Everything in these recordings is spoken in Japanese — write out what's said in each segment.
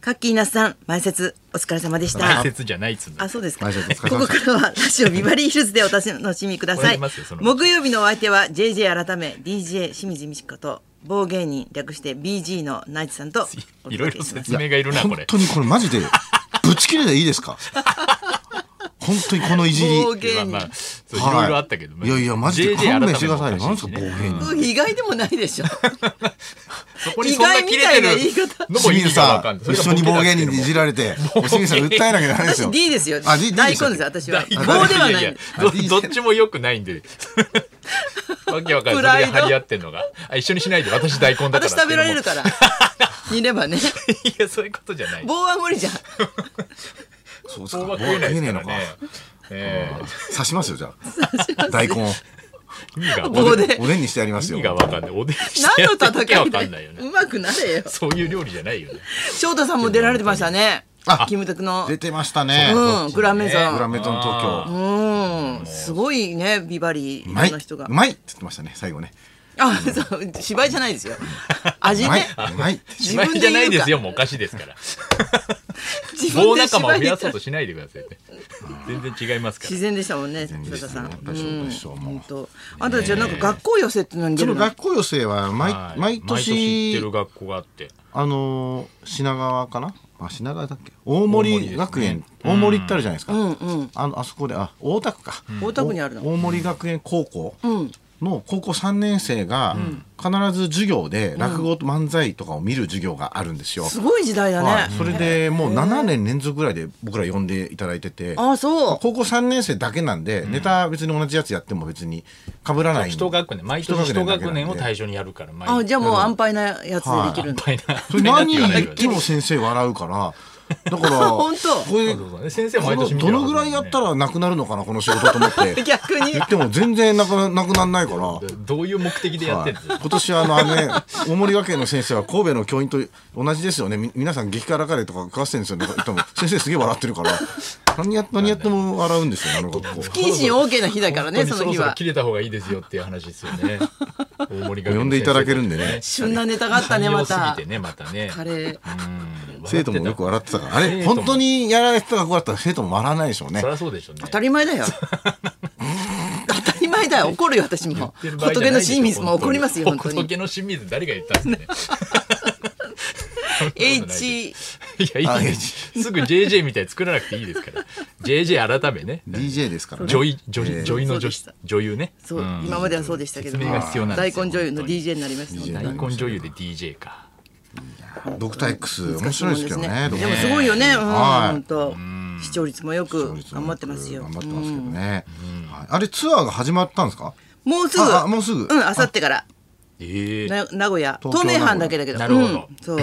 カッキーナスさん前説お疲れ様でした前説じゃないっつうんだあそうですか前説お疲れこ様でこしたからはラジオビバリーヒルズでお楽しみくださいこれ出ますよその木曜日のお相手は JJ 改め DJ 清水美智子と某芸人略して BG のナイツさんとお いろ届けいろします説明がいるなこ本れ当にこれマ ジでぶち切れでいいですか本当にこのいじり暴言まあまあそういろいろあったけど、いやいやマジ JJ で改勘め弁もしてくださいよお何かでししすかね暴言うん意外でもないでしょそこにそんな切れてるのも 清意水味がわさかんんない一緒に暴言にいじられて清水さん訴えなきゃダメで私すよ D ですよあ D 大根ですよ私は 大根棒ではないやんやですあいいですどよどっちも良くないんでわけわかんないそれで張り合ってんのがあ一緒にしないで私大根だから私食べられるから ら煮ればねいやそういうことじゃない棒は無理じゃんそうですか棒暴は食え言ない言えねですえのからかねえ刺しますよじゃあ大根をえ意味が棒でおでんにしてやります意よ味がわかん ないおでんしてや何のってわけ戦わいだかんないよよねうまくなれよそういう料理じゃないよね翔太さんも出られてましたねあキムタクの出てましたねうんグラメゾねグランメゾン東あう京んすごいねビバリーういまろいんな人がうまいって言ってましたね最後ねあそう芝居じゃないですよう味まいねうまいって自芝分で居じゃ言うないですよかもうおかしいですから自分棒で仲間芝を増居言やったそうらとしないでくださいね 全然違いますから自然でしたもんね翔然でし太たさんやっぱりそうでしょうもう本当あんたじゃあなんか学校寄せってのに出そるのの学校寄せは毎はい毎行ってる年学校があってあのー品川かなあ品川だっけ大大森です森ね学園大森ってあるじゃないですかうんうんあのあそこであ大田区か大田区にあるのお大森学園高校うんの高校3年生が必ず授業で落語と漫才とかを見る授業があるんですよ。すごい時代だはい、ねそれでもう7年連続ぐらいで僕ら呼んでいただいててあそう高校3年生だけなんで、ネタ別に同じやつやっても別に被らないんで一学年毎年一一学年だけな学んで年を対象にやるから毎あ年じゃあもう安牌なやつでできるいっのぱいなそれ 何いっぱいな言いっわけても先生笑うからだから 本当これそうそうね先生こ毎年の見てどるのはずなぐんらでいやったらなくなるのかなこの仕事と思って 逆 に言っても全然なくななくなんないから。どういう目的でやってるんですはい今年はあのあのね大森学園の先生は神戸の教員と同じですよねみ皆さん激辛カレーとか食わせてるんですよね多分先生すげえ笑って るから何や何やっても笑うんですよねあの学校不謹慎 OK な日だからね本当そにの日そろそろは切れた方がいいですよっていう話ですよ ね大森学園の先生呼んでいただけるんでね旬なネタがあったね 寛容ますたぎてねまたねカレーうん生徒もよく笑ってたからあ生れ徒も本当にやられてた子だったら生徒も笑わないでしょうねそりゃそうでしょうね当たり前だよ当たり前だよ怒るよ私も仏の清水も怒りますよ本当に仏の清水誰が言ったんですかね H いやいいであすすぐ JJ みたい作らなくていいですから JJ 改めね DJ ですからね女医女,、女優のそう女でした女優ねそう、ん今まではそうでしたけども説明が必要なんで大すよ根女優の本当に DJ になりました大もんね根大根女優で DJ かドクター X 面白いですけどねでもすごいよね、うん、はい本当視聴率もよく頑張ってますよ頑張ってますけどね、はいあれツアーが始まったんですかうんもうすぐああもうすぐん、あさってからええな名古屋東京東名阪だけだけどなるほどうん、そう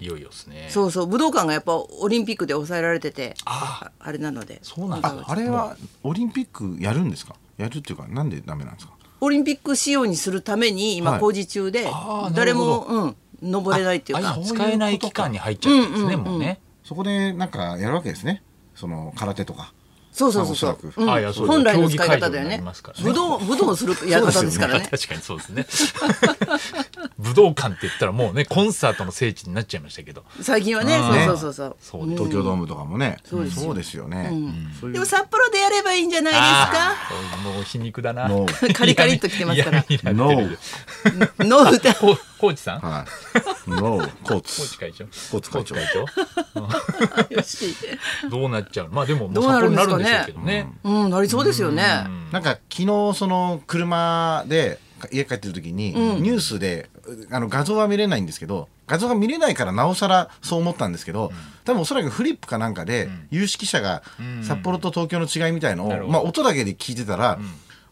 いよいよですねそうそう武道館がやっぱオリンピックで抑えられててああれなのでそうなんだああれはオリンピックやるんですかやるっていうかなんでダメなんですかオリンピック仕様にするためには今い工事中で、あー誰なるも、うん、登れないっていうあか今使えない期間に入っちゃってるんですね、もうねそこでなんかやるわけですねその空手とかそうそうそうそおうそら、くうんあいやそう本来の使い方だ競技会場よになりねますからね武道武道をするやり方ですからね確かにそうですね 武道館って言ったらもうねコンサートの聖地になっちゃいましたけど最近はねうんそうそうそうそうそうです東京ドームとかもね、そうですよよね、そういでうも札幌でやればいいんじゃないあーもう皮肉だなノーカリカリっときてますから嫌になって るノーですかの歌こコーチさんコはいノーコーーチツ会長コーチ会長コーチ会よし長どうなっちゃうまあでももどううな札る幌んにでなするかんねでしょうけどねうんなりそうですよねなんか昨日その車で家帰ってる時に、ニュースであの画像は見れないんですけど画像が見れないからなおさらそう思ったんですけど、多分おそらくフリップかなんかで、有識者が札幌と東京の違いみたいのを、るほどまあ、音だけで聞いてたら、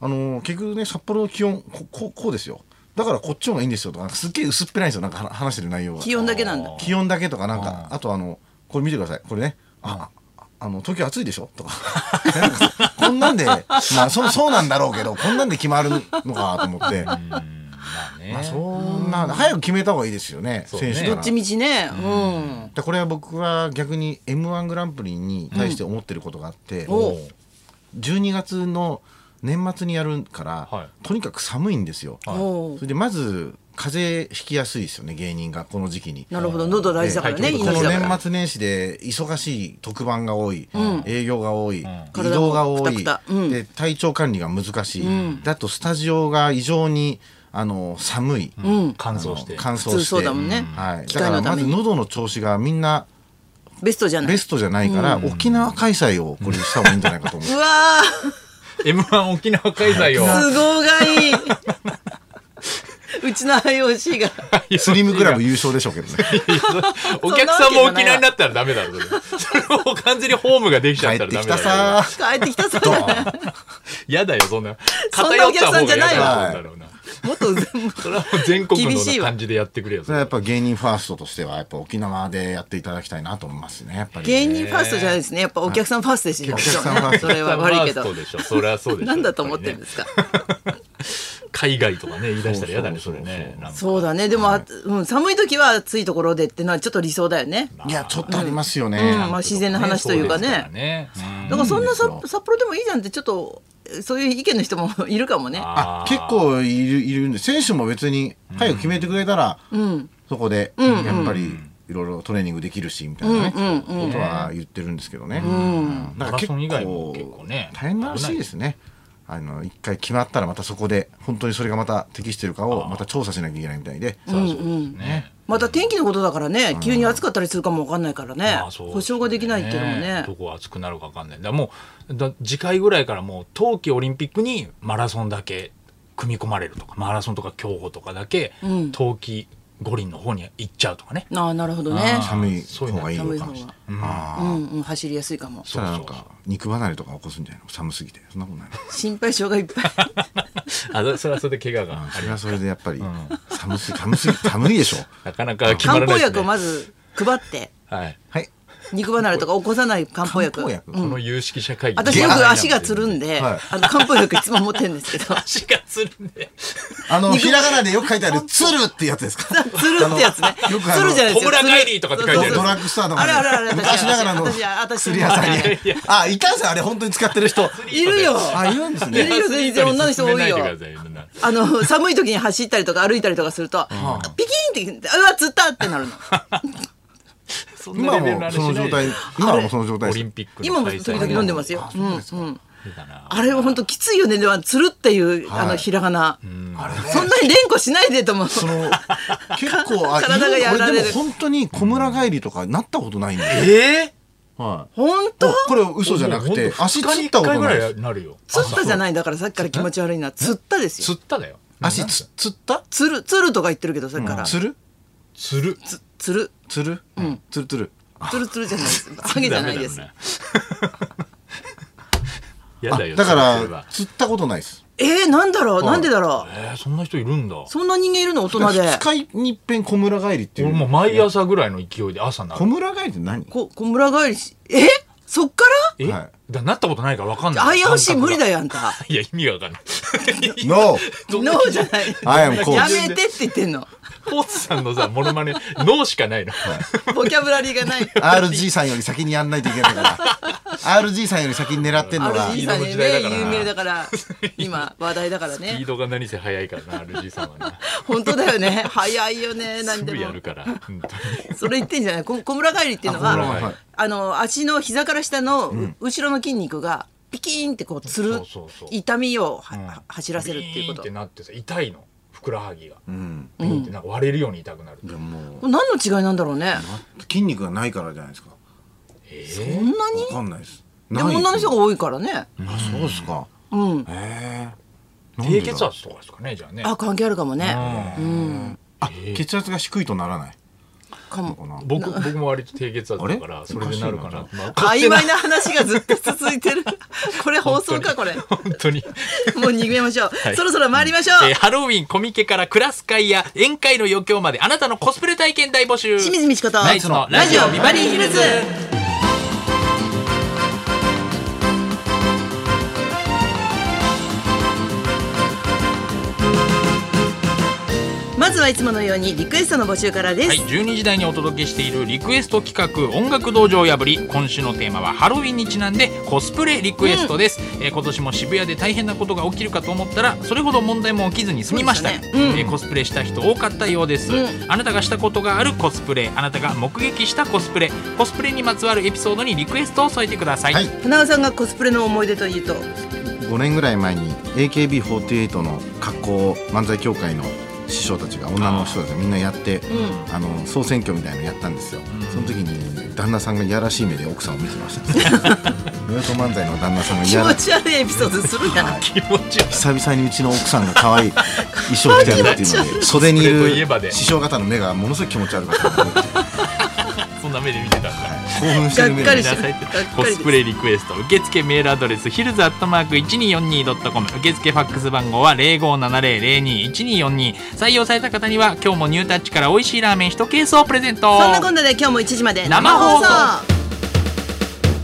あのー結局ね札幌の気温こここうですよだからこっちの方がいいんですよとかなんかすっげえ薄っぺらいんですよなんか話話してる内容が気温だけなんだ気温だけとかなんかあとあのこれ見てくださいこれねあああの東京暑いでしょとか なんかさこんなんでまあそうそうなんだろうけどこんなんで決まるのかと思ってうんまあねまあそんな早く決めた方がいいですよねそうね選手どかどらっちみちねうんでこれは僕は逆に m 1グランプリに対して思ってることがあって、おう12月の年末にやるから、はいとにかく寒いんですよ、おうそれでまず風邪ひきやすいですよね芸人がこの時期に。なるほど喉大事だからねはいこ命のだから年末年始で忙しい特番が多い、営業が多い、移体も動が多いくたくたうんで体調管理が難しい、だとスタジオが異常にあの寒い、乾燥してあの乾燥して普通そうだもんねはい、機だか械らのたまめずに喉の調子がみんなベストじゃないベストじゃないから、沖縄開催をこれした方がいいんじゃないか と思ううわ M1 沖縄開催ー都を合がいいうちの IOC がスリムクラブ優勝でしょうけどね お客さんも沖縄になったらダメだろそれそれを完全にホームができちゃっ帰たっらてダメきだたろさ帰ってきたさドーン嫌だよそんなそんな偏おっ客たさん方じがゃ嫌ないわだろうなもっと全部それはもう全国厳しいのわ感じでやってくれよそそれはれやっぱ芸人ファーストとしてはやっぱ沖縄でやっていただきたいなと思いますねやっぱり芸人ファーストじゃないですねやっぱお客さんファーストですよお客さんファーストそれは悪いけどファーストでしょそれはそうでしょなんだと思ってるんやでぱすかりね海外とかね言い出したら嫌だねそそうれそうそうねなんかそうだねでも、あうん、寒い時は暑いところでってのはちょっと理想だよねいやちょっとありますよね、うんまあ自然な話というかねそうですらねうんだからそんなさうんそう札幌でもいいじゃんってちょっとそういう意見の人も いるかもねあー結構いるいるんで選手も別に早く決めてくれたら、そこでやっぱりいろいろトレーニングできるしみたいなね、ことは言ってるんですけどね、うんだから結構マラソン以外も結構ね大変ならしいですね。あの一回決まったらまたそこで本当にそれがまた適してるかをまた調査しなきゃいけないみたいでそりゃそうですねまた天気のことだからね急に暑かったりするかもわかんないからねまあそうすね保証ができないっていうのもねどこ暑くなるかわかんないだからもうだ次回ぐらいからもう冬季オリンピックにマラソンだけ組み込まれるとかマラソンとか競歩とかだけ冬季五輪の方に行っちゃうとかね、ああなるほどねあ寒い方がいいのかもしれない。うああんうん走りやすいかもそしたらなんか肉離れとか起こすんじゃないの寒すぎてそんなことないの心配性がいっ ぱいあそそれはそれで怪我があそりれまはすそれでやっぱり寒すぎ寒すぎ寒いでしょなかなか決まら漢な方いですね薬をまず配ってはいはい肉離れとか起こさない漢方薬漢方薬この有識者会議私よく足がつるんで、はいあの漢方薬いつも持ってるんですけ ど足がつるんであのひらがなでよく書いてある「つる」ってやつですかつるってやつねあ。のよくあつのるじゃないですか。小村帰りとかって書いてあるドラッグストアとかあねれあれあれ。昔ながらの私私薬屋さんにはいあいたんすよあれ本当に使ってる人いるよ。あいるんですいるねよ全然女の人多いよ進めないでくださよそんなあの寒い時に走ったりとか歩いたりとかすると、ピキンってうわ釣ったってなるの。そんな今レベルのも話そしのないで状態今もその状態オでリンすピック今も時々飲んでますよよ。うんうん。だなあれは本当きついよねではつるっていうあのひらがな。あれねそんなに連呼しないでと思う。その結構 あ体がやられる俺でも本当に小村帰りとかなったことないんでえはい本当。これ嘘じゃなくて足つったことないですなるよ釣ったじゃないだからさっきから気持ち悪いな釣ったです釣よ。っただよ足つつった釣る釣るとか言ってるけどさっきから。つる釣るつ釣るつるつるつるつるつるじゃないです。ハゲじゃないです。やあだよだかそれはらつったことないですえー、なんだろう、なんでだろう。えーそんな人いるんだそんな人間いるの大人で2。日に一遍小村帰りってい俺うもう毎朝ぐらいの勢いで朝な小る村帰りって何こ、小村帰りし、えそっかえはいだなったことないからわかんらない ?IOC 無理だよよ、あんた。いや意味がわかんない No どんノなーじゃない。 I am や coach めてって言ってんの。コーツさんのさモノマネ脳しかないのボキャブラリーがない。 RG さんより先にやんないといけないから RG さんより先に狙ってんのが RG いさんでいの時代ねだからな有名だから、今、話題だからスピーね。ドが何せ速いからな RG さんはな本当だよね。早いよね、なすんでぐやもる。から本当にそれ言ってんじゃないこ小村帰りっていうのあ小は村帰り、あの、足の膝から下のう後ろの筋肉が、ピキーンってこう、つるそうそうそう、痛みをはは走らせるっていうこビーンっとて。なってさ痛いのふくらはぎが、うんビーンってなんか割れるように痛くなる、いやもうこれ何の違いなんだろうね。筋肉がないからじゃないですかえこーんなにわかんないですでも女の人が多いからね。あそうですかうん。へえ低血圧とかですかねじゃあねあ、関係あるかもね。うんあ血圧が低いとならないかのも。かな僕僕も割と低血圧だかあられそれでなるかなってまあ曖昧な話がずっと続いてる。これ放送か、これ。も本当に、う逃げましょう。いそろそろ参りましょえーう。ハロウィンコミケからクラス会や宴会の余興まであなたのコスプレ体験大募集清水美智子とナイツのラジオビバリーヒルズ。まずずはいつものようにリクエストの募集からです、はい、12時台にお届けしているリクエスト企画「音楽道場破り」今週のテーマはハロウィンにちなんでコスプレリクエストです、えー今年も渋谷で大変なことが起きるかと思ったらそれほど問題も起きずに済みましたそうでしたねうんえーコスプレした人多かったようです、うんあなたがしたことがあるコスプレあなたが目撃したコスプレコスプレにまつわるエピソードにリクエストを添えてください、はい花尾さんがコスプレの思い出というと5年ぐらい前に AKB48 の格好を漫才協会の師匠たちが女の人たちがみんなやってうあの総選挙みたいなのやったんですよ、んその時に旦那さんがいやらしい目で奥さんを見て ました室戸漫才の旦那さんがい気や持らしいち悪いエピソードするな、はい 気持ち悪い久々にうちの奥さんが可愛い衣装着てるっ ていうので袖にいそれといえばるで師匠方の目がものすごい気持ち悪か ったんでそんな目で見てたんだ興奮してる目ごめがっかんなでりしさいってがっかりですコスプレリクエスト受付メールアドレスヒルズアットマーク 1242.com 受付ファックス番号は0570021242採用された方には今日もニュータッチから美味しいラーメン1ケースをプレゼントそんなこんなで今日も1時まで生放送生放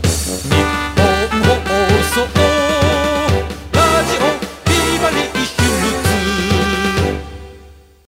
送日本放送